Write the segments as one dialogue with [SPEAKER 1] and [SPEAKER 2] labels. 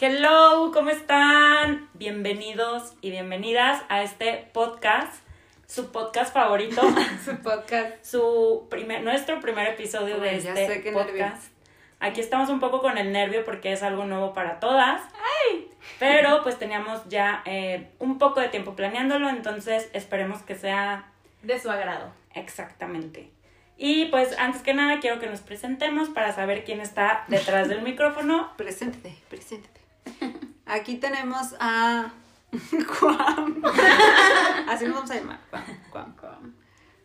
[SPEAKER 1] Hello, ¿cómo están? Bienvenidos y bienvenidas a este podcast, su podcast favorito,
[SPEAKER 2] su podcast.
[SPEAKER 1] su primer, nuestro primer episodio de
[SPEAKER 2] Ay, ya sé
[SPEAKER 1] este
[SPEAKER 2] qué
[SPEAKER 1] podcast.
[SPEAKER 2] nervio.
[SPEAKER 1] Aquí estamos un poco con el nervio porque es algo nuevo para todas. Pero pues teníamos ya eh, un poco de tiempo planeándolo, entonces esperemos que sea
[SPEAKER 2] De su agrado.
[SPEAKER 1] Exactamente. Y pues antes que nada quiero que nos presentemos para saber quién está detrás del micrófono.
[SPEAKER 3] Preséntate, preséntate. Aquí tenemos a Cuam. Así nos vamos a llamar. Cuam, Cuam, Cuam.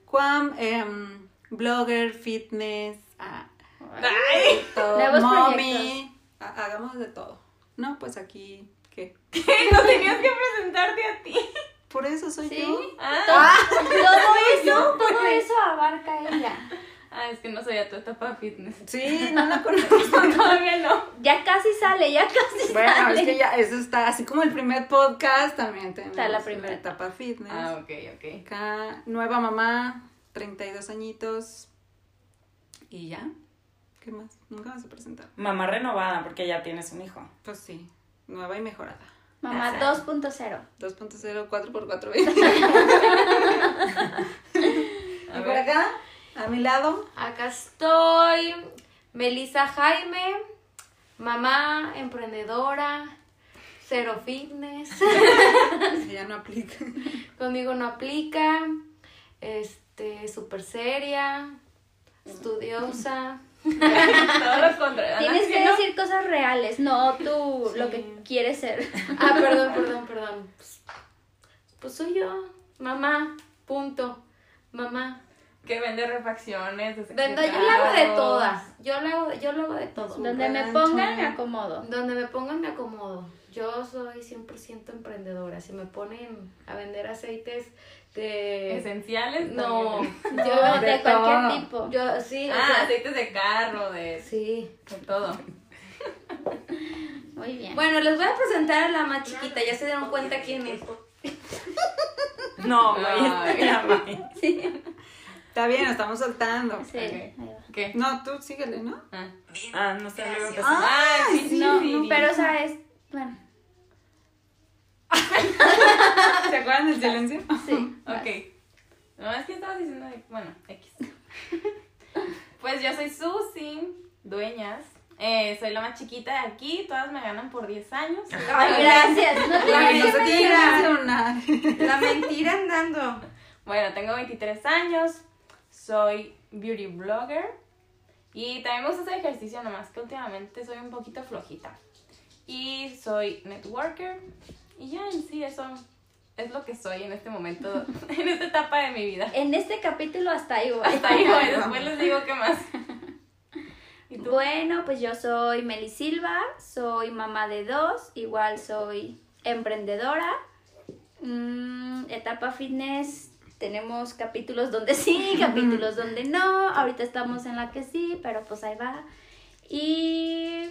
[SPEAKER 3] Cuam, em, blogger, fitness, ah,
[SPEAKER 2] Ay,
[SPEAKER 3] todo,
[SPEAKER 4] Nuevos
[SPEAKER 3] mommy. Ha- Hagamos de todo. No, pues aquí, ¿qué?
[SPEAKER 2] no tenías que presentarte a ti.
[SPEAKER 3] Por eso soy
[SPEAKER 4] Sí.
[SPEAKER 3] yo.
[SPEAKER 2] Ah,
[SPEAKER 4] Ah, todo, eso,
[SPEAKER 2] Dios,
[SPEAKER 4] todo
[SPEAKER 2] pues.
[SPEAKER 4] eso abarca ella.
[SPEAKER 2] Ah, es que no soy a tu etapa fitness.
[SPEAKER 3] Sí, no la conozco.
[SPEAKER 2] Todavía no.
[SPEAKER 4] Ya casi sale, ya casi
[SPEAKER 3] Bueno,
[SPEAKER 4] sale.
[SPEAKER 3] es que ya, eso está, así como el primer podcast también tenemos
[SPEAKER 4] Está la primera
[SPEAKER 3] etapa fitness.
[SPEAKER 2] Ah, ok, ok.
[SPEAKER 3] Acá, nueva mamá, 32 añitos. ¿Y ya? ¿Qué más? Nunca vas a presentar.
[SPEAKER 1] Mamá renovada porque ya tienes un hijo.
[SPEAKER 3] Pues sí, nueva y mejorada.
[SPEAKER 4] Mamá 2.0.
[SPEAKER 3] 2.0, 4x4, 20.
[SPEAKER 2] A
[SPEAKER 3] ¿Y por
[SPEAKER 2] ver.
[SPEAKER 3] acá? A mi lado.
[SPEAKER 5] Acá estoy, Melissa Jaime, mamá, emprendedora, cero fitness,
[SPEAKER 3] que ya no aplica.
[SPEAKER 5] conmigo no aplica, este, súper seria, estudiosa.
[SPEAKER 2] Todo lo contrario.
[SPEAKER 4] Tienes
[SPEAKER 2] Ana,
[SPEAKER 4] que
[SPEAKER 2] Ah, no-
[SPEAKER 4] decir cosas reales, no tú
[SPEAKER 5] Sí.
[SPEAKER 4] lo que quieres ser.
[SPEAKER 5] Ah, perdón, perdón, perdón. Pues, pues soy yo, mamá, punto, mamá.
[SPEAKER 2] Que vende refacciones.
[SPEAKER 5] Vendo- yo lo hago de todas, yo lo hago, yo lo hago de todo.
[SPEAKER 4] Donde me
[SPEAKER 3] rancho.
[SPEAKER 4] pongan, me acomodo.
[SPEAKER 5] Donde me pongan me acomodo. Yo soy 100% emprendedora. Si me ponen a vender aceites de...
[SPEAKER 2] Esenciales.
[SPEAKER 5] No,
[SPEAKER 2] también.
[SPEAKER 4] Yo
[SPEAKER 5] yo...
[SPEAKER 4] de
[SPEAKER 3] de
[SPEAKER 4] cualquier
[SPEAKER 3] todo.
[SPEAKER 4] tipo.
[SPEAKER 5] Yo sí, o
[SPEAKER 2] Ah,
[SPEAKER 5] sea,
[SPEAKER 2] aceites de carro, de,
[SPEAKER 5] sí.
[SPEAKER 2] de todo.
[SPEAKER 4] Muy bien.
[SPEAKER 5] Bueno, les voy a presentar a la más chiquita. Ya se dieron cuenta quién es.
[SPEAKER 1] No,
[SPEAKER 2] Ay.
[SPEAKER 1] güey, espérame.
[SPEAKER 3] Está bien, nos estamos soltando.
[SPEAKER 4] sí, ahí va.
[SPEAKER 2] ¿Qué?
[SPEAKER 3] No, tú síguele, ¿no?
[SPEAKER 2] Ah,
[SPEAKER 1] Ah, no sé, luego empezó.
[SPEAKER 2] Ah, sí, sí,
[SPEAKER 4] No,
[SPEAKER 2] sí.
[SPEAKER 4] pero o sea, es. Bueno,
[SPEAKER 3] ¿Se acuerdan del silencio?
[SPEAKER 4] sí. vas.
[SPEAKER 2] Ok. No, es que estabas diciendo de- Bueno, X. pues yo soy Susi, dueñas. Eh, soy la más chiquita de aquí. Todas me ganan por 10 años.
[SPEAKER 4] Ay, gracias. No
[SPEAKER 3] Ay,
[SPEAKER 4] tienes
[SPEAKER 3] no se
[SPEAKER 4] que
[SPEAKER 3] tiene que
[SPEAKER 4] mencionar.
[SPEAKER 3] mencionar.
[SPEAKER 2] La mentira andando. Bueno, tengo 23 años. Soy beauty blogger. Y también me gusta hacer ejercicio, nomás que últimamente soy un poquito flojita. Y soy networker. Y ya en sí, eso es lo que soy en este momento, en esta etapa de mi vida.
[SPEAKER 4] En este capítulo hasta ahí voy.
[SPEAKER 2] Hasta ahí voy, después les digo qué más. ¿Y tú?
[SPEAKER 4] Bueno, pues yo soy Meli Silva, soy mamá de dos, igual soy emprendedora. Mm, etapa fitness, tenemos capítulos donde sí, capítulos donde no. Ahorita estamos en la que sí, pero pues ahí va. Y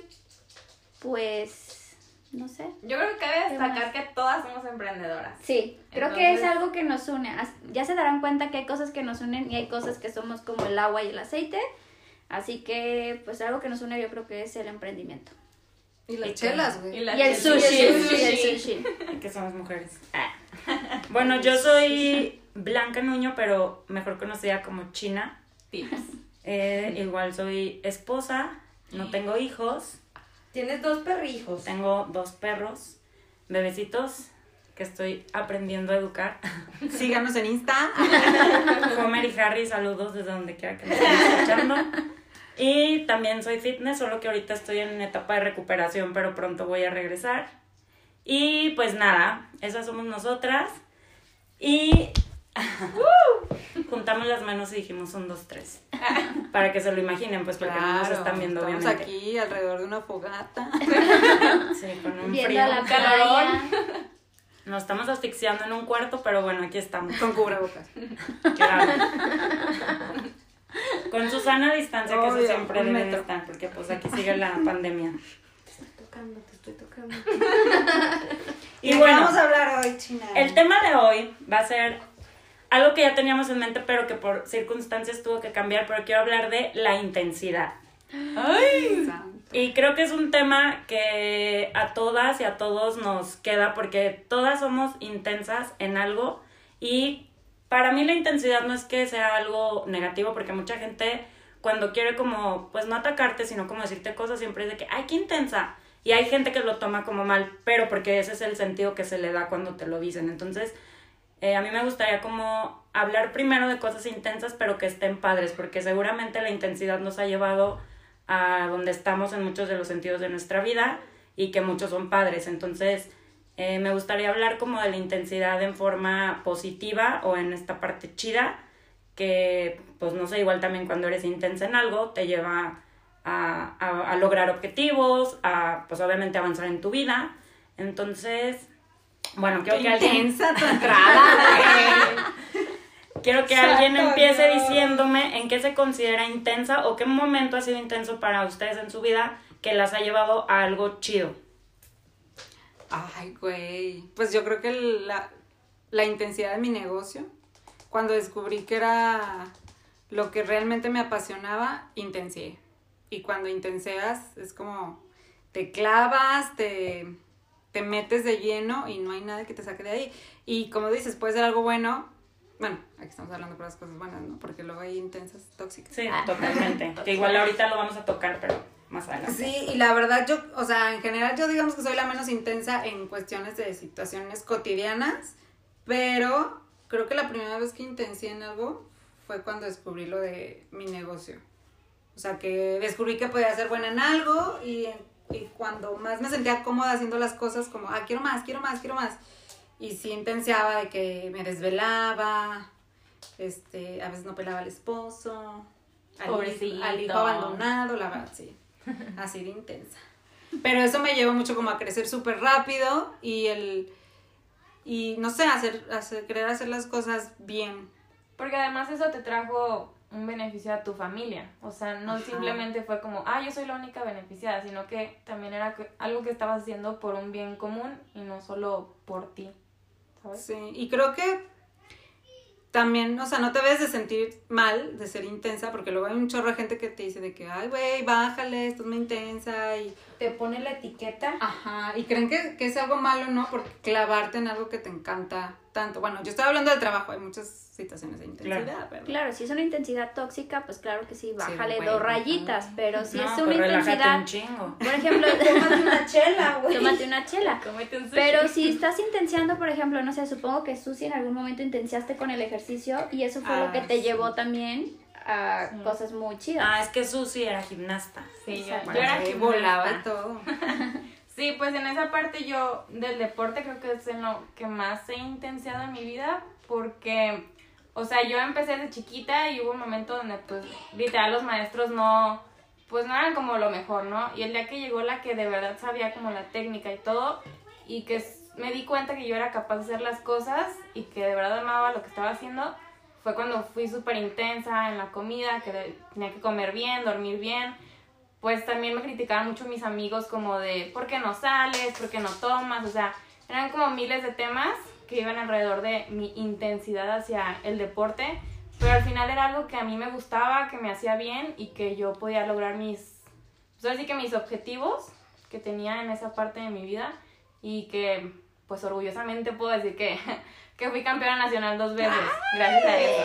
[SPEAKER 4] pues, no sé.
[SPEAKER 2] Yo creo que cabe
[SPEAKER 4] ¿Qué
[SPEAKER 2] destacar que todas somos emprendedoras.
[SPEAKER 4] Sí, creo que es
[SPEAKER 2] Entonces-
[SPEAKER 4] algo que nos une. As- Ya se darán cuenta que hay cosas que nos unen y hay cosas que somos como el agua y el aceite. Así que, pues algo que nos une yo creo que es el emprendimiento.
[SPEAKER 3] Y las chelas, güey.
[SPEAKER 2] la
[SPEAKER 4] Y el
[SPEAKER 2] Chelsea.
[SPEAKER 4] sushi.
[SPEAKER 2] Y el
[SPEAKER 4] Y el
[SPEAKER 2] sushi.
[SPEAKER 4] sushi.
[SPEAKER 1] Que somos mujeres. Ah. Bueno, yo soy Blanca Nuño, pero mejor conocida como China.
[SPEAKER 2] Tips.
[SPEAKER 1] Eh, igual soy esposa, no tengo hijos,
[SPEAKER 5] Tienes dos perrijos.
[SPEAKER 1] tengo dos perros, bebecitos que estoy aprendiendo a educar.
[SPEAKER 3] Síganos en Insta.
[SPEAKER 1] Homer y Harry, saludos desde donde quiera que me estén escuchando. Y también soy fitness, solo que ahorita estoy en etapa de recuperación, pero pronto voy a regresar. Y pues nada, esas somos nosotras. Y juntamos las manos y dijimos un, dos, tres. Para que se lo imaginen, pues porque no nos están viendo
[SPEAKER 3] estamos
[SPEAKER 1] obviamente.
[SPEAKER 3] aquí alrededor de una fogata.
[SPEAKER 1] Sí, con un
[SPEAKER 4] Viendo
[SPEAKER 1] frío.
[SPEAKER 4] a la playa.
[SPEAKER 2] calorón.
[SPEAKER 1] Nos estamos asfixiando en un cuarto, pero bueno, aquí estamos.
[SPEAKER 3] Con cubrebocas.
[SPEAKER 1] Claro. Con Susana a distancia, que
[SPEAKER 3] Obvio,
[SPEAKER 1] eso siempre
[SPEAKER 3] un
[SPEAKER 1] deben
[SPEAKER 3] metro.
[SPEAKER 1] estar, porque pues aquí sigue la pandemia.
[SPEAKER 5] Tocando, te estoy tocando.
[SPEAKER 1] Y
[SPEAKER 3] ¿De qué
[SPEAKER 1] bueno,
[SPEAKER 3] vamos a hablar hoy, China?
[SPEAKER 1] el tema de hoy va a ser algo que ya teníamos en mente, pero que por circunstancias tuvo que cambiar, pero quiero hablar de la intensidad.
[SPEAKER 2] Ay,
[SPEAKER 3] Santo.
[SPEAKER 1] Y creo que es un tema que a todas y a todos nos queda porque todas somos intensas en algo y para mí la intensidad no es que sea algo negativo porque mucha gente cuando quiere como pues no atacarte sino como decirte cosas siempre es de que ay qué intensa y hay gente que lo toma como mal pero porque ese es el sentido que se le da cuando te lo dicen entonces eh, a mí me gustaría como hablar primero de cosas intensas pero que estén padres porque seguramente la intensidad nos ha llevado a donde estamos en muchos de los sentidos de nuestra vida y que muchos son padres. Entonces, eh, me gustaría hablar como de la intensidad en forma positiva o en esta parte chida, que pues no sé, igual también cuando eres intensa en algo te lleva a, a, a lograr objetivos, a pues obviamente avanzar en tu vida. Entonces, bueno, creo que alguien...
[SPEAKER 3] Intensa tu entrada.
[SPEAKER 1] Quiero que alguien empiece diciéndome en qué se considera intensa o qué momento ha sido intenso para ustedes en su vida que las ha llevado a algo chido.
[SPEAKER 3] Ay, güey. Pues yo creo que la, la intensidad de mi negocio, cuando descubrí que era lo que realmente me apasionaba, intensié. Y cuando intenseas es como te clavas, te, te metes de lleno y no hay nada que te saque de ahí. Y como dices, puede ser algo bueno, bueno, aquí estamos hablando por las cosas buenas, ¿no? Porque luego hay intensas tóxicas.
[SPEAKER 1] Sí, totalmente. Ah. que igual ahorita lo vamos a tocar, pero más adelante.
[SPEAKER 3] Sí, y la verdad yo, o sea, en general yo digamos que soy la menos intensa en cuestiones de situaciones cotidianas, pero creo que la primera vez que intensé en algo fue cuando descubrí lo de mi negocio. O sea, que descubrí que podía ser buena en algo y, y cuando más me sentía cómoda haciendo las cosas, como, ah, quiero más, quiero más, quiero más y sí intensiaba de que me desvelaba, este, a veces no pelaba al esposo, al, hijo, al hijo abandonado, la verdad, sí, así de intensa. Pero eso me llevó mucho como a crecer súper rápido y el, y no sé, hacer, hacer, querer hacer las cosas bien.
[SPEAKER 2] Porque además eso te trajo un beneficio a tu familia, o sea, no Ajá. simplemente fue como, ah, yo soy la única beneficiada, sino que también era algo que estabas haciendo por un bien común y no solo por ti.
[SPEAKER 3] Sí, pues, y creo que también, o sea, no te debes de sentir mal de ser intensa, porque luego hay un chorro de gente que te dice de que, ay, güey, bájale, esto es muy intensa, y...
[SPEAKER 5] Te pone la etiqueta.
[SPEAKER 3] Ajá, y creen que, que es algo malo, ¿no? Porque clavarte en algo que te encanta tanto. Bueno, yo estaba hablando del trabajo, hay muchas situaciones de intensidad,
[SPEAKER 4] claro.
[SPEAKER 3] pero...
[SPEAKER 4] Claro, si es una intensidad tóxica, pues claro que sí, bájale sí, bueno, dos rayitas, pero si no, pues es una intensidad...
[SPEAKER 1] pues Un chingo.
[SPEAKER 4] Por ejemplo,
[SPEAKER 5] tómate una chela, güey.
[SPEAKER 4] Tómate una chela. Un pero si estás intensiando, por ejemplo, no sé, supongo que Susi en algún momento intensiaste con el ejercicio y eso fue ah, lo que te sí. llevó también a sí. cosas muy chidas.
[SPEAKER 1] Ah, es que Susi era gimnasta.
[SPEAKER 2] Sí, yo, yo era
[SPEAKER 3] que volaba todo.
[SPEAKER 2] Sí, pues en esa parte yo del deporte creo que es en lo que más he intensiado en mi vida porque, o sea, yo empecé de chiquita y hubo un momento donde pues literal los maestros no, pues no eran como lo mejor, ¿no? Y el día que llegó la que de verdad sabía como la técnica y todo y que me di cuenta que yo era capaz de hacer las cosas y que de verdad amaba lo que estaba haciendo, fue cuando fui súper intensa en la comida, que tenía que comer bien, dormir bien pues también me criticaban mucho mis amigos como de por qué no sales, por qué no tomas, o sea, eran como miles de temas que iban alrededor de mi intensidad hacia el deporte, pero al final era algo que a mí me gustaba, que me hacía bien y que yo podía lograr mis, pues así que mis objetivos que tenía en esa parte de mi vida y que pues orgullosamente puedo decir que que fui campeona nacional dos veces, gracias a eso.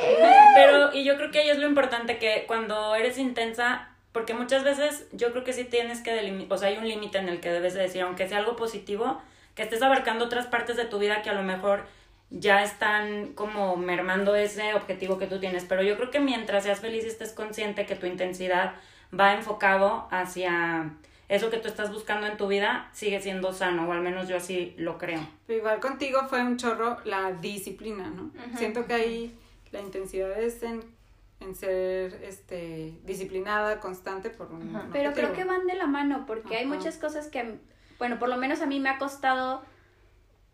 [SPEAKER 1] Pero, y yo creo que ahí es lo importante, que cuando eres intensa, porque muchas veces yo creo que sí tienes que delimitar, o sea, hay un límite en el que debes de decir, aunque sea algo positivo, que estés abarcando otras partes de tu vida que a lo mejor ya están como mermando ese objetivo que tú tienes. Pero yo creo que mientras seas feliz y estés consciente que tu intensidad va enfocado hacia eso que tú estás buscando en tu vida, sigue siendo sano, o al menos yo así lo creo.
[SPEAKER 3] Pero igual contigo fue un chorro la disciplina, ¿no? Uh -huh. Siento que ahí la intensidad es en en ser este disciplinada, constante por un
[SPEAKER 4] Ajá, Pero creo que van de la mano porque Ajá. hay muchas cosas que bueno, por lo menos a mí me ha costado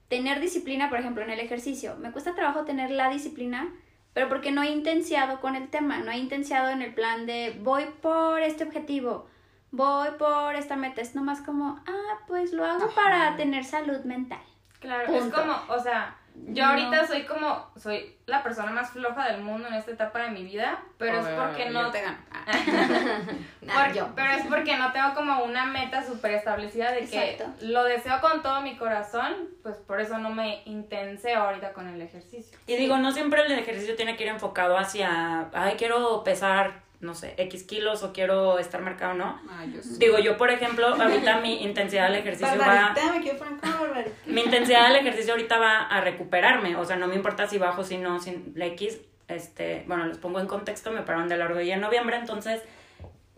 [SPEAKER 4] tener disciplina, por ejemplo, en el ejercicio. Me cuesta trabajo tener la disciplina, pero porque no he intensiado con el tema, no he intensiado en el plan de voy por este objetivo, voy por esta meta, es nomás como, ah, pues lo hago Ajá. para tener salud mental.
[SPEAKER 2] Claro, Punto. es como, o sea, Yo ahorita soy como, soy la persona más floja del mundo en esta etapa de mi vida, pero es porque no...
[SPEAKER 3] te gano. Ah,
[SPEAKER 5] Nah,
[SPEAKER 2] Por-
[SPEAKER 5] yo.
[SPEAKER 2] Pero es porque no tengo como una meta súper establecida de que
[SPEAKER 4] Exacto.
[SPEAKER 2] lo deseo con todo mi corazón, pues por eso no me intenseo ahorita con el ejercicio.
[SPEAKER 1] Y digo, no siempre el ejercicio tiene que ir enfocado hacia, ay, quiero pesar, no sé, X kilos o quiero estar marcado, ¿no?
[SPEAKER 3] ah, yo sí.
[SPEAKER 1] Digo, yo, por ejemplo, ahorita mi intensidad del ejercicio va...
[SPEAKER 3] Barbarita, me quedo franco, Barbarita.
[SPEAKER 1] Mi intensidad del ejercicio ahorita va a recuperarme, o sea, no me importa si bajo, si no, si la X, este, bueno, los pongo en contexto, me pararon de largo y en noviembre, entonces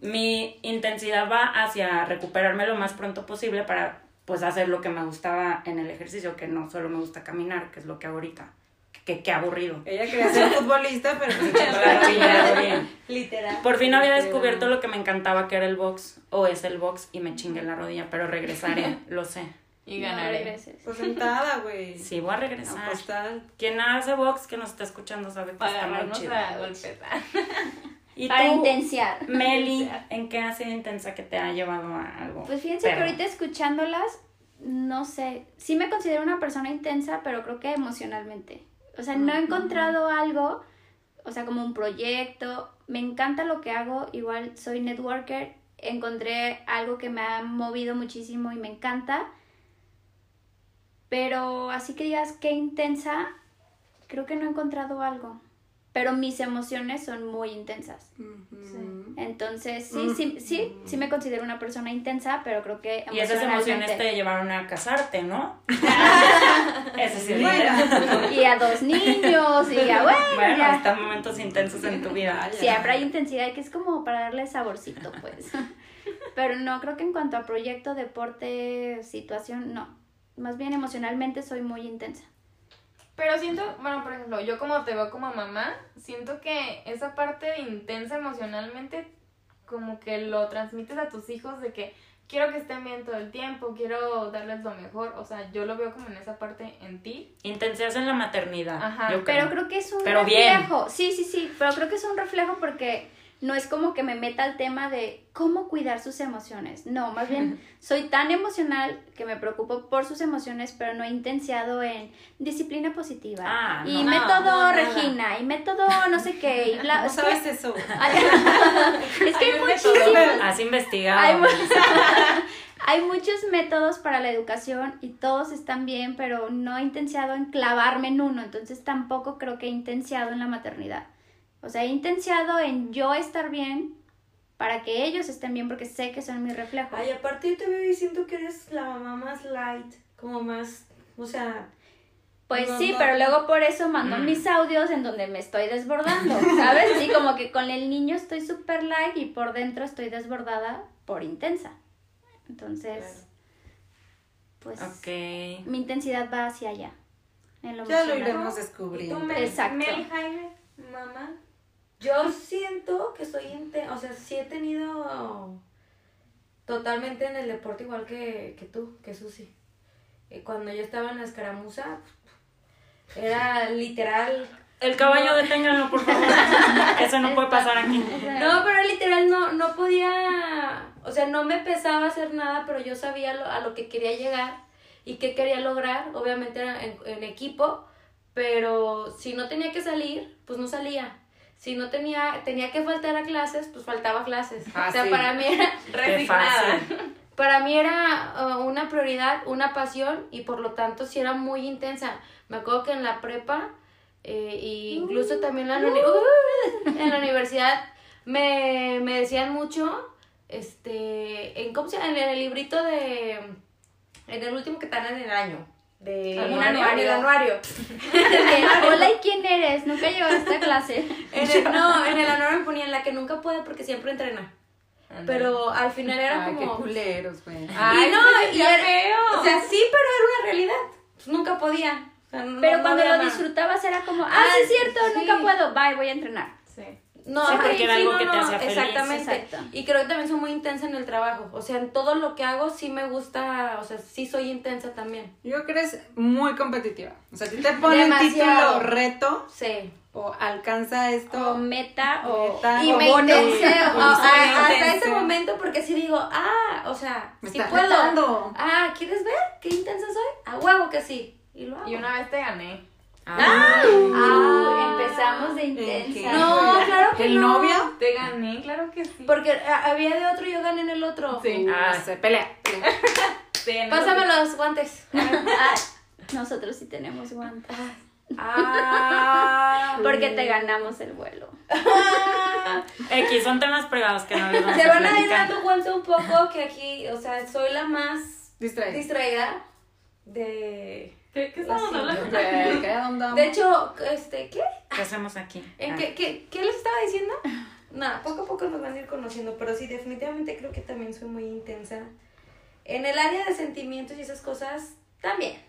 [SPEAKER 1] mi intensidad va hacia recuperarme lo más pronto posible para, pues, hacer lo que me gustaba en el ejercicio, que no solo me gusta caminar, que es lo que hago ahorita, que qué aburrido.
[SPEAKER 3] Ella quería ser futbolista, pero pues,
[SPEAKER 1] Sí, ya, bien.
[SPEAKER 4] Literal.
[SPEAKER 1] Por fin había descubierto lo que me encantaba, que era el box, o es el box, y me chingué la rodilla, pero regresaré, lo sé.
[SPEAKER 2] Y
[SPEAKER 4] No
[SPEAKER 2] ganaré.
[SPEAKER 4] regreses.
[SPEAKER 3] pues sentada, güey.
[SPEAKER 1] Sí, voy a regresar.
[SPEAKER 3] Apostada.
[SPEAKER 1] Quien hace box que nos está escuchando sabe que
[SPEAKER 2] Para
[SPEAKER 1] está muy
[SPEAKER 2] agarrarnos
[SPEAKER 1] chido.
[SPEAKER 2] a golpes.
[SPEAKER 1] ¿Y
[SPEAKER 4] Para
[SPEAKER 1] tú,
[SPEAKER 4] intensiar.
[SPEAKER 1] Meli, en qué ha sido intensa que te ha llevado a algo?
[SPEAKER 4] Pues fíjense que
[SPEAKER 1] perro?
[SPEAKER 4] ahorita escuchándolas, no sé, sí me considero una persona intensa, pero creo que emocionalmente. O sea, no he encontrado algo, o sea, como un proyecto. Me encanta lo que hago, igual soy networker, encontré algo que me ha movido muchísimo y me encanta. Pero así que digas, qué intensa, creo que no he encontrado algo. Pero mis emociones son muy intensas.
[SPEAKER 3] Ujú.
[SPEAKER 4] Entonces, sí, sí, sí, sí me considero una persona intensa, pero creo que
[SPEAKER 1] Y esas emociones te
[SPEAKER 4] emocionalmente-
[SPEAKER 1] llevaron a casarte, ¿no? Eso sí.
[SPEAKER 3] Bueno,
[SPEAKER 4] Y a dos niños, y a bueno,
[SPEAKER 1] Bueno,
[SPEAKER 4] ya.
[SPEAKER 1] están momentos intensos en tu vida.
[SPEAKER 4] Siempre hay intensidad que es como para darle saborcito, pues. Pero no, creo que en cuanto a proyecto, deporte, situación, no. Más bien emocionalmente soy muy intensa.
[SPEAKER 2] Pero siento, bueno, por ejemplo, yo como te veo como mamá, siento que esa parte de intensa emocionalmente como que lo transmites a tus hijos de que quiero que estén bien todo el tiempo, quiero darles lo mejor, o sea, yo lo veo como en esa parte en ti.
[SPEAKER 1] Intensas en la maternidad.
[SPEAKER 2] Ajá,
[SPEAKER 1] yo creo.
[SPEAKER 4] Pero creo que es un
[SPEAKER 1] Pero bien.
[SPEAKER 4] reflejo. Sí, sí, sí, pero creo que es un reflejo porque no es como que me meta al tema de cómo cuidar sus emociones. No, más bien soy tan emocional que me preocupo por sus emociones, pero no he intensiado en disciplina positiva.
[SPEAKER 1] Ah,
[SPEAKER 4] y
[SPEAKER 1] no.
[SPEAKER 4] método
[SPEAKER 2] No, no,
[SPEAKER 4] Regina, y método no sé qué. Y
[SPEAKER 3] ¿Cómo
[SPEAKER 4] bla, es que-
[SPEAKER 3] sabes eso?
[SPEAKER 4] es que
[SPEAKER 2] Hay
[SPEAKER 4] hay
[SPEAKER 2] un método.
[SPEAKER 4] muchísimos
[SPEAKER 1] Has investigado.
[SPEAKER 4] hay, mu- hay muchos métodos para la educación y todos están bien, pero no he intensiado en clavarme en uno, entonces tampoco creo que he intensiado en la maternidad. O sea, he intensiado en yo estar bien para que ellos estén bien porque sé que son mi reflejo.
[SPEAKER 5] Ay, aparte yo te veo diciendo que eres la mamá más light, como más, o sea,
[SPEAKER 4] Pues
[SPEAKER 5] no,
[SPEAKER 4] sí,
[SPEAKER 5] no.
[SPEAKER 4] pero luego por eso mando mis audios en donde me estoy desbordando, ¿sabes? Sí, como que con el niño estoy súper light y por dentro estoy desbordada por intensa. Entonces, pues...
[SPEAKER 1] Ok.
[SPEAKER 4] mi intensidad va hacia allá. En lo
[SPEAKER 3] Ya lo
[SPEAKER 4] emocional.
[SPEAKER 3] iremos
[SPEAKER 2] ¿Y tú,
[SPEAKER 3] descubriendo.
[SPEAKER 2] Mel,
[SPEAKER 4] Exacto.
[SPEAKER 2] Mel Jaime, mamá?
[SPEAKER 5] yo siento que soy, inte- o sea, sí he tenido totalmente en el deporte igual que, que tú, que Susi. Eh, Cuando yo estaba en la escaramuza, era literal
[SPEAKER 1] El caballo, deténganlo, por favor. Eso no puede pasar aquí.
[SPEAKER 5] No, pero literal no, no podía, o sea, no me pesaba hacer nada, pero yo sabía lo- a lo que quería llegar y qué quería lograr, obviamente era en, en equipo, pero si no tenía que salir, pues no salía. Si no tenía, tenía que faltar a clases, pues faltaba a clases. o sea,
[SPEAKER 3] Fácil.
[SPEAKER 5] para mí era,
[SPEAKER 1] Qué fácil.
[SPEAKER 5] para mí era uh, una prioridad, una pasión y por lo tanto sí era muy intensa. Me acuerdo que en la prepa eh, e incluso también en la, uni- en la universidad me, me decían mucho, este, en, ¿cómo se llama? En el librito de, en el último que te dan en el año. De
[SPEAKER 2] Anuario.
[SPEAKER 5] en el anuario.
[SPEAKER 4] Hola, ¿y quién eres? Nunca llegaste a clase.
[SPEAKER 5] En el- no, en el anuario me ponían la que nunca puede porque siempre entrena. Pero al final era
[SPEAKER 3] Ay, qué
[SPEAKER 5] como... Ah.
[SPEAKER 3] culeros, güey.
[SPEAKER 2] Ay,
[SPEAKER 5] y no,
[SPEAKER 2] se
[SPEAKER 5] y
[SPEAKER 2] sentía
[SPEAKER 5] era-
[SPEAKER 2] feo.
[SPEAKER 5] O sea, sí, pero era una realidad. Pues nunca podía. O sea, no-
[SPEAKER 4] Pero
[SPEAKER 5] no
[SPEAKER 4] cuando
[SPEAKER 5] había
[SPEAKER 4] lo
[SPEAKER 5] mano.
[SPEAKER 4] disfrutabas era como, ah,
[SPEAKER 5] Ah,
[SPEAKER 4] sí es cierto,
[SPEAKER 5] sí.
[SPEAKER 4] nunca puedo. Bye, voy a entrenar.
[SPEAKER 2] Sí.
[SPEAKER 5] No,
[SPEAKER 1] Sí,
[SPEAKER 5] ajá,
[SPEAKER 1] porque era algo
[SPEAKER 5] no,
[SPEAKER 1] que te
[SPEAKER 5] no,
[SPEAKER 1] hacía feliz.
[SPEAKER 5] Exactamente.
[SPEAKER 4] Exacto.
[SPEAKER 5] Y creo que también soy muy intensa en el trabajo. O sea, en todo lo que hago sí me gusta, o sea, sí soy intensa también.
[SPEAKER 3] Yo creo que eres muy competitiva. O sea, si te ponen
[SPEAKER 5] Demasiado.
[SPEAKER 3] título reto
[SPEAKER 5] Sí.
[SPEAKER 3] o alcanza esto.
[SPEAKER 4] O meta, o...
[SPEAKER 3] Meta,
[SPEAKER 5] Oh. Y
[SPEAKER 3] o
[SPEAKER 5] me
[SPEAKER 3] bono,
[SPEAKER 5] intensé
[SPEAKER 3] o
[SPEAKER 5] o- a-
[SPEAKER 3] soy
[SPEAKER 5] hasta
[SPEAKER 3] intensa.
[SPEAKER 5] ese momento porque sí digo, ah, o sea,
[SPEAKER 3] Me
[SPEAKER 5] sí
[SPEAKER 3] está
[SPEAKER 5] puedo.
[SPEAKER 3] retando.
[SPEAKER 5] Ah, ¿quieres ver qué intensa soy? A huevo que sí.
[SPEAKER 4] y lo hago.
[SPEAKER 2] Y una vez te gané.
[SPEAKER 1] Ah,
[SPEAKER 4] Ah, empezamos de intensa.
[SPEAKER 5] uh. No, claro que
[SPEAKER 3] ¿El
[SPEAKER 5] no.
[SPEAKER 3] novio?
[SPEAKER 2] Te gané, claro que sí.
[SPEAKER 5] Porque a- había de otro y yo gané en el otro.
[SPEAKER 2] Sí.
[SPEAKER 1] Ah,
[SPEAKER 3] se Uh, pelea.
[SPEAKER 2] Ten-
[SPEAKER 5] Pásame los guantes.
[SPEAKER 4] Ah, nosotros sí tenemos guantes.
[SPEAKER 2] Ah.
[SPEAKER 4] Porque te ganamos el vuelo.
[SPEAKER 1] X, son temas privados que no les vamos
[SPEAKER 5] Se
[SPEAKER 1] a
[SPEAKER 5] van a ir
[SPEAKER 1] platicar.
[SPEAKER 5] dando cuenta un poco que aquí, o sea, soy la más
[SPEAKER 3] Distraída.
[SPEAKER 5] distraída de...
[SPEAKER 2] ¿Qué, qué estamos
[SPEAKER 5] Así,
[SPEAKER 2] hablando?
[SPEAKER 3] Güey, qué onda.
[SPEAKER 5] De hecho, este, ¿qué?
[SPEAKER 1] ¿Qué hacemos aquí?
[SPEAKER 5] ¿En
[SPEAKER 1] Ah.
[SPEAKER 5] qué, qué, qué les estaba diciendo? Nada, poco a poco nos van a ir conociendo, pero sí, definitivamente creo que también soy muy intensa. En el área de sentimientos y esas cosas, también.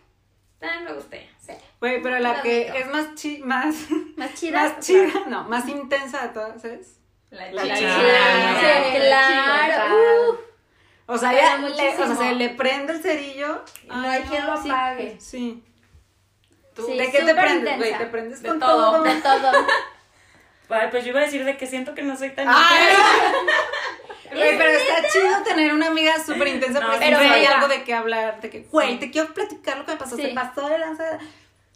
[SPEAKER 5] También me gusté, sí.
[SPEAKER 3] Güey, pero la que
[SPEAKER 5] Bonito.
[SPEAKER 3] es más chi- más,
[SPEAKER 4] Más chida.
[SPEAKER 3] más chida, no, más intensa de todas es.
[SPEAKER 1] La
[SPEAKER 2] chica.
[SPEAKER 1] chica. Ah,
[SPEAKER 4] Sí, claro. Uh,
[SPEAKER 3] O sea,
[SPEAKER 4] Pero
[SPEAKER 3] ya le-
[SPEAKER 4] muchísimo.
[SPEAKER 3] o sea, se le prende el cerillo. Ah,
[SPEAKER 5] No hay quien lo apague.
[SPEAKER 3] Sí.
[SPEAKER 4] sí,
[SPEAKER 3] ¿De qué te
[SPEAKER 4] súper
[SPEAKER 3] prendes? Güey,
[SPEAKER 4] intensa.
[SPEAKER 3] te prendes
[SPEAKER 2] De
[SPEAKER 3] con
[SPEAKER 2] todo.
[SPEAKER 3] todo.
[SPEAKER 4] De todo.
[SPEAKER 1] Ay, pues yo iba a decir de que siento que no soy tan
[SPEAKER 3] Ay,
[SPEAKER 1] intensa.
[SPEAKER 3] Güey, pero está chido tener una amiga súper intensa
[SPEAKER 1] No,
[SPEAKER 3] porque
[SPEAKER 1] pero
[SPEAKER 3] siempre hay
[SPEAKER 1] ella-
[SPEAKER 3] algo de qué hablar, de que, güey, te quiero platicar lo que me pasó,
[SPEAKER 4] Sí.
[SPEAKER 3] se pasó de lanza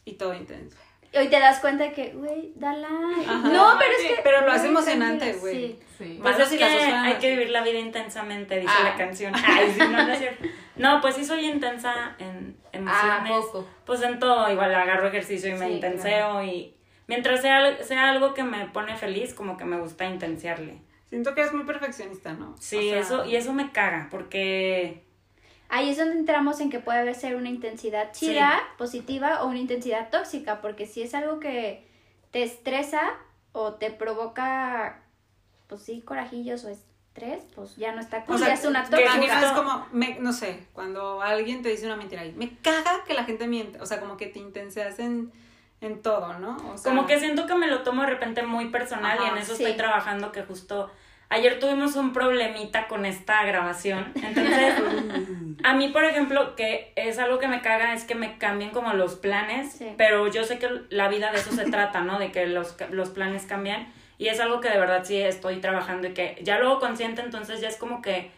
[SPEAKER 3] y todo intenso.
[SPEAKER 4] Y hoy te das cuenta que, güey, dala.
[SPEAKER 3] Ajá.
[SPEAKER 4] No, pero es que.
[SPEAKER 3] Pero lo hace
[SPEAKER 4] Güey,
[SPEAKER 3] emocionante,
[SPEAKER 4] tranquila,
[SPEAKER 3] güey.
[SPEAKER 4] sí.
[SPEAKER 2] Sí.
[SPEAKER 1] Pues
[SPEAKER 3] Malo
[SPEAKER 1] es
[SPEAKER 3] si
[SPEAKER 1] que
[SPEAKER 3] las usan
[SPEAKER 1] hay
[SPEAKER 3] así.
[SPEAKER 1] que vivir la vida intensamente, dice
[SPEAKER 2] Ah.
[SPEAKER 1] la canción. Ay, sí, no, no es cierto. No, pues sí soy intensa en
[SPEAKER 5] Ah,
[SPEAKER 1] emociones.
[SPEAKER 5] poco.
[SPEAKER 1] Pues en todo, igual agarro ejercicio y me
[SPEAKER 5] Sí,
[SPEAKER 1] intenseo y mientras sea, sea algo que me pone feliz, como que me gusta intensearle.
[SPEAKER 3] Siento que eres muy perfeccionista, ¿no?
[SPEAKER 1] Sí,
[SPEAKER 3] O sea,
[SPEAKER 1] eso, y eso me caga, porque
[SPEAKER 4] Ahí es donde entramos en que puede haber ser una intensidad chida, positiva o una intensidad tóxica, porque si es algo que te estresa o te provoca, pues sí, corajillos o estrés, pues ya no está cool,
[SPEAKER 3] O sea,
[SPEAKER 4] ya es una
[SPEAKER 1] que
[SPEAKER 3] A mí
[SPEAKER 1] justo-
[SPEAKER 4] tóxica.
[SPEAKER 3] es como, me- no sé, cuando alguien te dice una mentira ahí, me caga que la gente miente, o sea, como que te intenseas en, en todo, ¿no? O sea,
[SPEAKER 1] como que siento que me lo tomo de repente muy personal y
[SPEAKER 3] Ajá,
[SPEAKER 1] en eso
[SPEAKER 4] sí.
[SPEAKER 1] estoy trabajando que justo ayer tuvimos un problemita con esta grabación. Entonces, a mí, por ejemplo, que es algo que me caga es que me cambien como los planes,
[SPEAKER 4] Sí.
[SPEAKER 1] pero yo sé que la vida de eso se trata, ¿no? De que los, ca- los planes cambian y es algo que de verdad sí estoy trabajando y que ya luego consciente, entonces ya es como que,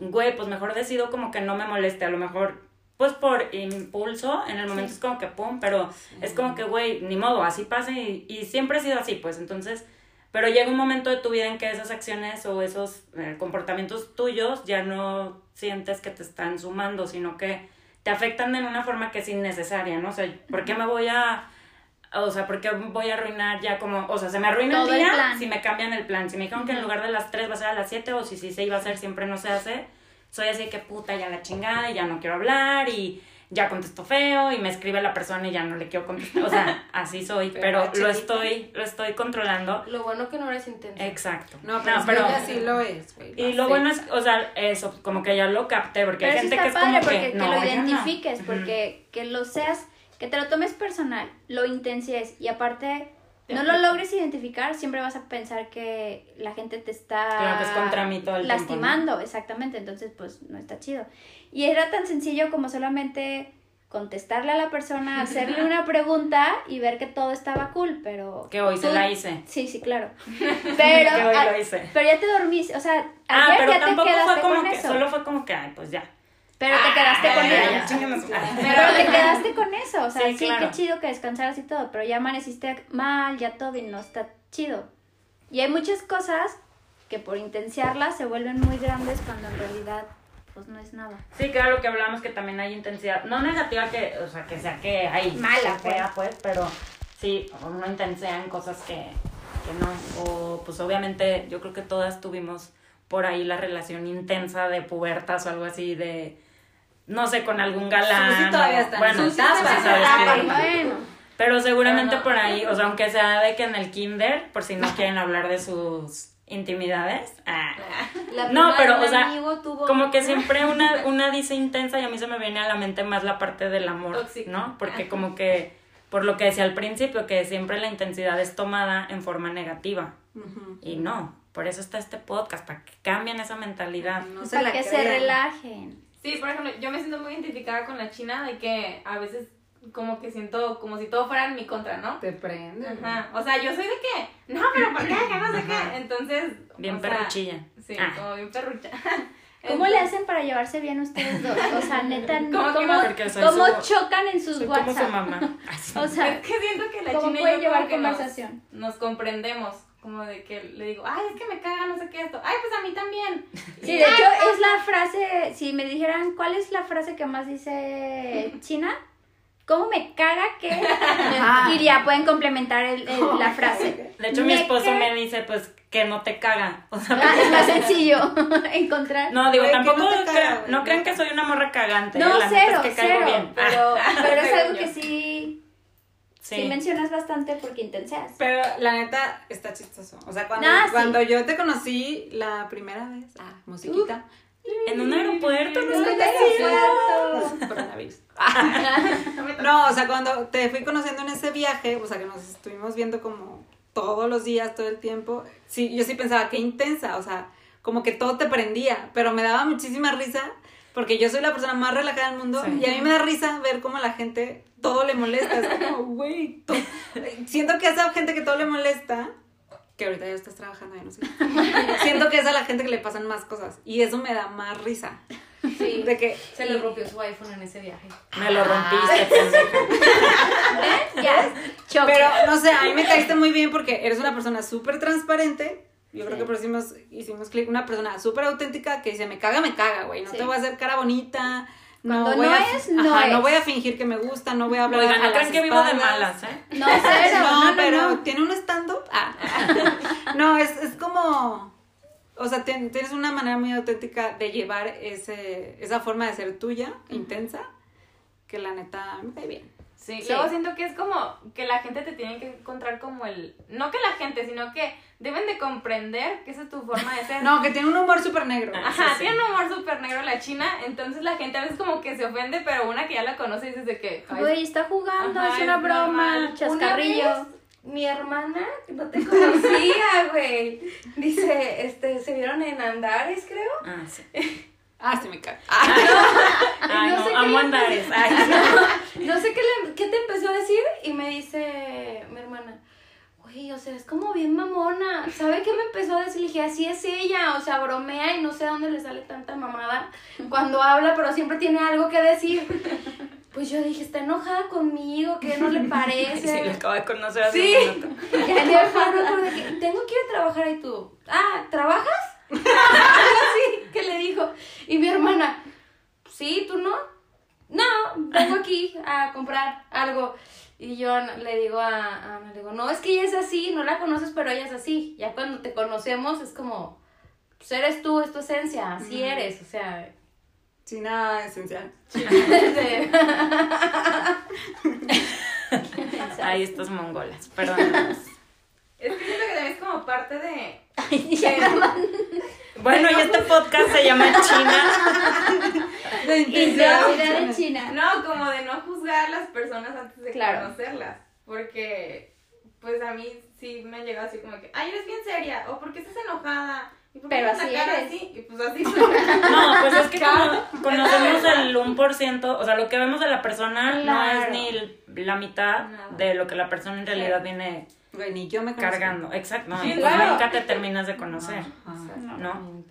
[SPEAKER 1] güey, pues mejor decido como que no me moleste, a lo mejor... Pues por impulso, en el momento es como que pum, pero es como que, güey, ni modo, así pasa y, y siempre ha sido así, pues entonces, pero llega un momento de tu vida en que esas acciones o esos eh, comportamientos tuyos ya no sientes que te están sumando, sino que te afectan en una forma que es innecesaria, ¿no? O sea, ¿por qué me voy a... O sea, ¿por qué voy a arruinar ya como... O sea, se me arruina
[SPEAKER 4] Todo
[SPEAKER 1] el
[SPEAKER 4] el
[SPEAKER 1] día
[SPEAKER 4] plan.
[SPEAKER 1] si me cambian el plan. Si me dijeron que en lugar de las 3 va a ser a las 7 o si sí se iba a hacer, siempre no se hace. Soy así que puta, ya la chingada y ya no quiero hablar y ya contesto feo y me escribe la persona y ya no le quiero contestar. O sea, así soy, pero,
[SPEAKER 3] Pero
[SPEAKER 1] lo
[SPEAKER 3] la
[SPEAKER 1] estoy lo estoy controlando.
[SPEAKER 5] Lo bueno que no eres intensa.
[SPEAKER 1] Exacto.
[SPEAKER 3] No, pero,
[SPEAKER 1] No,
[SPEAKER 3] es que
[SPEAKER 1] pero-
[SPEAKER 3] ella sí lo es, güey.
[SPEAKER 1] y lo bueno es, o sea, eso, como que ya lo capté, porque
[SPEAKER 4] Pero
[SPEAKER 1] hay
[SPEAKER 4] eso
[SPEAKER 1] gente
[SPEAKER 4] está
[SPEAKER 1] que es
[SPEAKER 4] padre
[SPEAKER 1] como
[SPEAKER 4] porque
[SPEAKER 1] que,
[SPEAKER 4] que
[SPEAKER 1] no,
[SPEAKER 4] lo
[SPEAKER 1] ya no".
[SPEAKER 4] identifiques,
[SPEAKER 1] Ujú.
[SPEAKER 4] porque que lo seas, que te lo tomes personal, lo intensies y aparte no lo logres identificar, siempre vas a pensar que la gente te está
[SPEAKER 1] Claro, que es contra mí todo el tiempo,
[SPEAKER 4] lastimando, exactamente, entonces pues no está chido. Y era tan sencillo como solamente contestarle a la persona, hacerle una pregunta y ver que todo estaba cool, pero
[SPEAKER 1] Que hoy se
[SPEAKER 4] tú-
[SPEAKER 1] la hice.
[SPEAKER 4] Sí, sí, claro. Pero
[SPEAKER 1] Que hoy
[SPEAKER 4] a-
[SPEAKER 1] lo hice.
[SPEAKER 4] pero ya te dormís, o sea,
[SPEAKER 1] Ah,
[SPEAKER 4] ayer
[SPEAKER 1] pero
[SPEAKER 4] ya te
[SPEAKER 1] tampoco fue
[SPEAKER 4] quedaste
[SPEAKER 1] como
[SPEAKER 4] con
[SPEAKER 1] que,
[SPEAKER 4] eso.
[SPEAKER 1] solo fue como que, ay, pues ya.
[SPEAKER 4] Pero te quedaste con
[SPEAKER 1] Ay,
[SPEAKER 4] ella.
[SPEAKER 1] chinguen a su madre.
[SPEAKER 4] Pero te quedaste con eso, o sea,
[SPEAKER 1] Sí,
[SPEAKER 4] sí,
[SPEAKER 1] claro.
[SPEAKER 4] qué chido que descansaras y todo, pero ya amaneciste mal, ya todo y no está chido. Y hay muchas cosas que por intensiarlas se vuelven muy grandes cuando en realidad pues no es nada.
[SPEAKER 1] Sí, claro, lo que hablamos que también hay intensidad, no negativa que, o sea, que sea que hay
[SPEAKER 4] Mala,
[SPEAKER 1] que fea, pues, pero sí, uno intensea en cosas que, que no, o pues obviamente yo creo que todas tuvimos por ahí la relación intensa de pubertas o algo así de, no sé, con algún galán.
[SPEAKER 3] Susi todavía
[SPEAKER 1] o-
[SPEAKER 3] está en
[SPEAKER 1] bueno,
[SPEAKER 3] sus
[SPEAKER 1] estaba,
[SPEAKER 3] etapas,
[SPEAKER 1] ¿sabes
[SPEAKER 2] Ah,
[SPEAKER 3] etapa,
[SPEAKER 1] qué?
[SPEAKER 3] ¿no?
[SPEAKER 4] bueno,
[SPEAKER 1] Pero seguramente
[SPEAKER 2] Pero no.
[SPEAKER 1] por ahí, o sea, aunque sea de que en el kinder, por si no quieren hablar de sus intimidades, ah,
[SPEAKER 5] La
[SPEAKER 1] No,
[SPEAKER 5] prima
[SPEAKER 1] pero,
[SPEAKER 5] de un
[SPEAKER 1] o sea,
[SPEAKER 5] amigo tuvo...
[SPEAKER 1] como que siempre una, una dice intensa y a mí se me viene a la mente más la parte del amor,
[SPEAKER 2] Tóxica.
[SPEAKER 1] ¿no? Porque como que, por lo que decía al principio, que siempre la intensidad es tomada en forma negativa.
[SPEAKER 3] Ujú.
[SPEAKER 1] Y no, por eso está este podcast, para que cambien esa mentalidad.
[SPEAKER 3] No se
[SPEAKER 4] para
[SPEAKER 3] la
[SPEAKER 4] que se
[SPEAKER 3] crean.
[SPEAKER 4] relajen.
[SPEAKER 2] Sí, por ejemplo, yo me siento muy identificada con la China de que a veces como que siento como si todo fuera en mi contra, ¿no?
[SPEAKER 3] Te prende.
[SPEAKER 2] Ajá. O sea, yo soy de que, no, pero ¿por qué? Que no sé qué. Entonces.
[SPEAKER 1] Bien
[SPEAKER 2] o sea,
[SPEAKER 1] perruchilla.
[SPEAKER 2] Sí,
[SPEAKER 1] Ah.
[SPEAKER 2] como bien perrucha.
[SPEAKER 4] ¿Cómo le hacen para llevarse bien ustedes dos? O sea, neta, ¿cómo,
[SPEAKER 2] ¿Cómo que
[SPEAKER 4] cómo,
[SPEAKER 1] porque soy su-
[SPEAKER 4] chocan en sus
[SPEAKER 1] Soy como su
[SPEAKER 4] WhatsApp?
[SPEAKER 1] mamá. Así.
[SPEAKER 4] O sea,
[SPEAKER 2] Es que siento que la
[SPEAKER 4] ¿cómo
[SPEAKER 2] china y
[SPEAKER 4] pueden
[SPEAKER 2] yo
[SPEAKER 4] llevar
[SPEAKER 2] como que nos-
[SPEAKER 4] conversación?
[SPEAKER 2] Nos, comprendemos. Como de que le digo, ay, es que me caga, no sé qué esto. Ay, pues a mí también.
[SPEAKER 4] sí, de hecho, es la frase, si me dijeran, ¿cuál es la frase que más dice China? ¿Cómo me caga que...? Y ya pueden complementar el- el- la frase.
[SPEAKER 1] De hecho, mi esposo
[SPEAKER 4] caga-
[SPEAKER 1] me dice, pues, que no te caga. O sea,
[SPEAKER 4] Ah, es más sencillo encontrar.
[SPEAKER 1] no, digo,
[SPEAKER 3] Güey, que
[SPEAKER 1] tampoco
[SPEAKER 3] no te
[SPEAKER 1] cre-
[SPEAKER 3] caga, güey.
[SPEAKER 1] no crean que soy una morra cagante.
[SPEAKER 4] No,
[SPEAKER 1] la neta
[SPEAKER 4] cero,
[SPEAKER 1] es que caigo
[SPEAKER 4] cero.
[SPEAKER 1] bien. Ah,
[SPEAKER 4] Pero, pero es
[SPEAKER 2] Pero
[SPEAKER 4] algo
[SPEAKER 2] yo.
[SPEAKER 4] que sí,
[SPEAKER 1] sí.
[SPEAKER 4] sí mencionas bastante porque intenseas.
[SPEAKER 3] Pero la neta está chistoso. O sea, cuando,
[SPEAKER 4] Ah, sí.
[SPEAKER 3] cuando yo te conocí la primera vez, ah, musiquita.
[SPEAKER 1] En un aeropuerto, no sé.
[SPEAKER 3] Coronavirus. No, o sea, cuando te fui conociendo en ese viaje, o sea, que nos estuvimos viendo como todos los días, todo el tiempo, sí, yo sí pensaba, qué intensa, o sea, como que todo te prendía, pero me daba muchísima risa, porque yo soy la persona más relajada del mundo,
[SPEAKER 1] Sí.
[SPEAKER 3] y a mí me da risa ver cómo a la gente todo le molesta, es como, güey, to- siento que a esa gente que todo le molesta, que ahorita ya estás trabajando, ya no sé, siento que es a la gente que le pasan más cosas, y eso me da más risa,
[SPEAKER 5] Sí.
[SPEAKER 3] de que...
[SPEAKER 5] Se le rompió su iPhone en ese viaje.
[SPEAKER 1] Me lo rompiste, pendeja.
[SPEAKER 4] Ya, choque.
[SPEAKER 3] Pero, no sé, a mí me caíste muy bien porque eres una persona súper transparente. Yo creo
[SPEAKER 4] Sí.
[SPEAKER 3] que por eso hicimos, hicimos clic. Una persona súper auténtica que dice, me caga, me caga, güey. No
[SPEAKER 4] Sí.
[SPEAKER 3] te voy a hacer cara bonita.
[SPEAKER 4] Cuando
[SPEAKER 3] voy
[SPEAKER 4] no
[SPEAKER 3] a-
[SPEAKER 4] es, no
[SPEAKER 3] ajá,
[SPEAKER 4] es.
[SPEAKER 3] No voy a fingir que me gusta, no voy a hablar
[SPEAKER 1] Oigan,
[SPEAKER 3] a
[SPEAKER 1] no
[SPEAKER 3] las
[SPEAKER 1] crean que vivo de
[SPEAKER 3] espaldas.
[SPEAKER 1] malas, ¿eh?
[SPEAKER 4] No, cero,
[SPEAKER 3] no,
[SPEAKER 4] no, no,
[SPEAKER 3] pero
[SPEAKER 4] no.
[SPEAKER 3] tiene un stand-up. Ah. no, es, es como... O sea, tien- tienes una manera muy auténtica de llevar ese, esa forma de ser tuya, intensa, que la neta me cae bien.
[SPEAKER 2] Sí,
[SPEAKER 4] Sí.
[SPEAKER 2] luego siento que es como que la gente te tiene que encontrar como el... No que la gente, sino que deben de comprender que esa es tu forma de ser.
[SPEAKER 3] No, que tiene un humor súper negro.
[SPEAKER 2] Ajá,
[SPEAKER 3] Sí, sí.
[SPEAKER 2] tiene un humor súper negro la china, entonces la gente a veces como que se ofende, pero una que ya la conoce dices de que... ay,
[SPEAKER 4] Güey, está jugando,
[SPEAKER 2] Ajá,
[SPEAKER 4] es una
[SPEAKER 2] es
[SPEAKER 4] broma,
[SPEAKER 2] normal.
[SPEAKER 4] chascarrillo.
[SPEAKER 5] Una vez, mi hermana, que no te conocía, güey. Dice, este, se vieron en Andares, creo.
[SPEAKER 1] Ah, sí.
[SPEAKER 3] Ah, sí, me cae.
[SPEAKER 1] Ay,
[SPEAKER 5] no
[SPEAKER 1] no,
[SPEAKER 5] sé qué
[SPEAKER 1] amo
[SPEAKER 5] le
[SPEAKER 1] andares. Ay,
[SPEAKER 5] No sé qué, le- qué te empezó a decir y me dice mi hermana, güey, o sea, es como bien mamona. ¿Sabe qué me empezó a decir? Le dije, así es ella, o sea, bromea y no sé de dónde le sale tanta mamada cuando habla, pero siempre tiene algo que decir. Pues yo dije, está enojada conmigo, que no le
[SPEAKER 1] sí, lo
[SPEAKER 5] parece.
[SPEAKER 1] acabo de conocer hace
[SPEAKER 5] Sí.
[SPEAKER 1] un minuto.
[SPEAKER 5] Y ya le acuerdo pero de que tengo que ir a trabajar y tú. Ah, ¿trabajas? Así que le dijo. Y mi hermana, sí, tú no. No, vengo aquí a comprar algo. Y yo no- le digo a, a le digo, no, es que ella es así, no la conoces, pero ella es así. Ya cuando te conocemos es como, pues eres tú, es tu esencia, así eres, o sea.
[SPEAKER 3] China esencial.
[SPEAKER 5] desde-
[SPEAKER 1] Ay, estos mongolas, perdón.
[SPEAKER 2] Es que siento que también es como parte de...
[SPEAKER 1] Bueno, y este podcast se llama China.
[SPEAKER 3] De
[SPEAKER 4] Intensidad de China.
[SPEAKER 2] No, como de no juzgar a las personas antes de
[SPEAKER 4] Claro.
[SPEAKER 2] conocerlas, porque pues a mí sí me ha llegado así como que, ay, eres bien seria, o porque estás enojada, y por qué
[SPEAKER 4] Pero
[SPEAKER 2] tienes la
[SPEAKER 4] así
[SPEAKER 2] cara
[SPEAKER 4] eres.
[SPEAKER 2] así, y pues así soy.
[SPEAKER 1] No, pues es que como conocemos el 1%, o sea, lo que vemos de la persona no es
[SPEAKER 4] Claro.
[SPEAKER 1] ni el- la mitad
[SPEAKER 2] Nada.
[SPEAKER 1] de lo que la persona en realidad viene
[SPEAKER 3] Güey, ni yo me conozco.
[SPEAKER 1] cargando. Exacto, no,
[SPEAKER 2] Sí,
[SPEAKER 1] pues
[SPEAKER 2] claro.
[SPEAKER 1] nunca te terminas de conocer,
[SPEAKER 3] Ajá.
[SPEAKER 1] ¿no?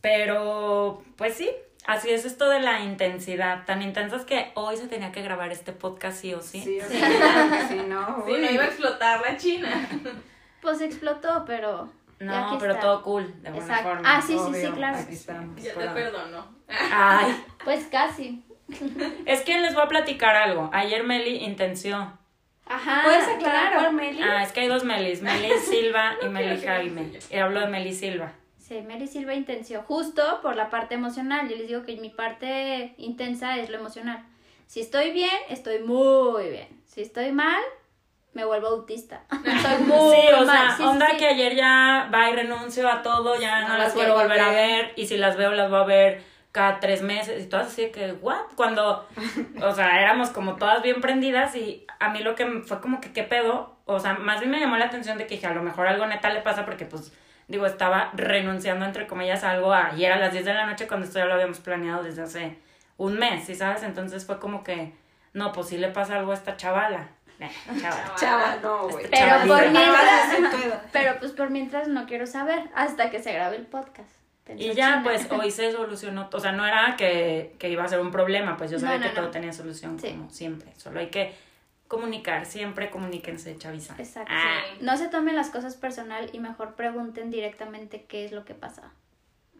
[SPEAKER 1] Pero, pues sí, así es esto de la intensidad. Tan intensas que hoy se tenía que grabar este podcast sí o sí.
[SPEAKER 3] Sí, o sea, claro que sí, no.
[SPEAKER 2] Sí,
[SPEAKER 3] uy.
[SPEAKER 2] no iba a explotar la china.
[SPEAKER 4] Pues explotó, pero. ya
[SPEAKER 1] No,
[SPEAKER 4] aquí
[SPEAKER 1] pero
[SPEAKER 4] está.
[SPEAKER 1] todo cool, de buena
[SPEAKER 4] Exacto.
[SPEAKER 1] forma.
[SPEAKER 4] Ah, sí, sí, sí,
[SPEAKER 3] Obvio,
[SPEAKER 4] claro.
[SPEAKER 3] Aquí estamos.
[SPEAKER 2] Ya te
[SPEAKER 1] Perdón.
[SPEAKER 2] perdono.
[SPEAKER 1] Ay.
[SPEAKER 4] Pues casi.
[SPEAKER 1] Es que les voy a platicar algo. Ayer Meli intenció.
[SPEAKER 4] Ajá.
[SPEAKER 5] ¿Puedes aclarar
[SPEAKER 4] claro.
[SPEAKER 5] cuál, Meli?
[SPEAKER 1] Ah, es que hay dos Melis, Meli Silva y Meli Jaime. Y hablo de Meli Silva.
[SPEAKER 4] Sí, Mary Silva intenció, justo por la parte emocional. Yo les digo que mi parte intensa es lo emocional. Si estoy bien, estoy muy bien. Si estoy mal, me vuelvo autista. Estoy muy
[SPEAKER 1] sí, o
[SPEAKER 4] mal.
[SPEAKER 1] sea,
[SPEAKER 4] Sí, sí,
[SPEAKER 1] onda
[SPEAKER 4] sí.
[SPEAKER 1] que ayer ya va y renuncio a todo, ya no,
[SPEAKER 3] No
[SPEAKER 1] las
[SPEAKER 3] las
[SPEAKER 1] quiero
[SPEAKER 3] vuelvo a
[SPEAKER 1] volver a
[SPEAKER 3] ver.
[SPEAKER 1] ver. Y si las veo, las voy a ver cada tres meses. Y todas así de que, ¿what? Cuando, o sea, éramos como todas bien prendidas. Y a mí lo que me- fue como que, ¿qué pedo? O sea, más bien me llamó la atención de que dije, a lo mejor algo neta le pasa porque, pues, digo, estaba renunciando, entre comillas, a algo ayer a las 10 de la noche cuando esto ya lo habíamos planeado desde hace un mes, ¿sí sabes? Entonces fue como que, no, pues sí le pasa algo a esta chavala. Eh, chavala.
[SPEAKER 3] Chava, no, güey.
[SPEAKER 4] Pero
[SPEAKER 3] Chava,
[SPEAKER 1] por
[SPEAKER 3] ni
[SPEAKER 4] mientras-
[SPEAKER 3] acabas de decir tu edad.
[SPEAKER 4] Pero pues por mientras no quiero saber hasta que se grabe el podcast. Pensó
[SPEAKER 1] Y ya,
[SPEAKER 4] China.
[SPEAKER 1] pues, hoy se solucionó. O sea, no era que, que iba a ser un problema, pues yo sabía
[SPEAKER 4] No, no,
[SPEAKER 1] que
[SPEAKER 4] no.
[SPEAKER 1] todo tenía solución,
[SPEAKER 4] Sí.
[SPEAKER 1] como siempre. Solo hay que comunicar, siempre comuníquense, chaviza.
[SPEAKER 4] Exacto.
[SPEAKER 1] Ah,
[SPEAKER 4] No se tomen las cosas personal y mejor pregunten directamente qué es lo que pasa.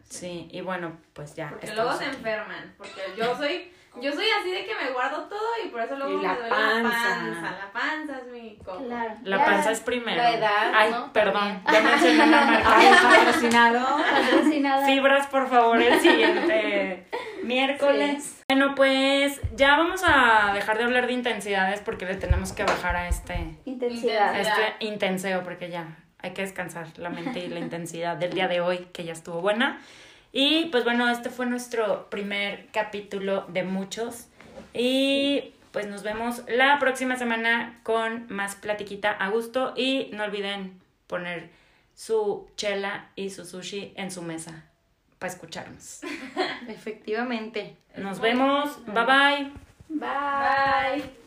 [SPEAKER 1] sí, y bueno, pues ya.
[SPEAKER 2] Porque luego
[SPEAKER 1] estamos
[SPEAKER 2] se
[SPEAKER 1] aquí.
[SPEAKER 2] enferman. Porque yo soy, yo soy así de que me guardo todo y por eso luego
[SPEAKER 3] Y la
[SPEAKER 2] me duele la
[SPEAKER 3] panza.
[SPEAKER 2] panza. La panza es mi coco.
[SPEAKER 4] Claro.
[SPEAKER 1] La
[SPEAKER 5] Ya,
[SPEAKER 1] panza es primero.
[SPEAKER 5] la edad,
[SPEAKER 1] Ay,
[SPEAKER 5] ¿no?
[SPEAKER 1] perdón. Ya mencioné una marca.
[SPEAKER 3] Ay, patrocinado.
[SPEAKER 4] Patrocinada.
[SPEAKER 1] Fibras, por favor, el siguiente miércoles. Bueno, pues ya vamos a dejar de hablar de intensidades porque le tenemos que bajar a este, a
[SPEAKER 4] Intensidad.
[SPEAKER 1] este intenseo porque ya hay que descansar la mente y la intensidad del día de hoy que ya estuvo buena. Y pues bueno, este fue nuestro primer capítulo de muchos. Y pues nos vemos la próxima semana con más platiquita a gusto y no olviden poner su chela y su sushi en su mesa para escucharnos.
[SPEAKER 5] Efectivamente.
[SPEAKER 1] Nos vemos. Bye bye.
[SPEAKER 4] Bye.
[SPEAKER 2] Bye.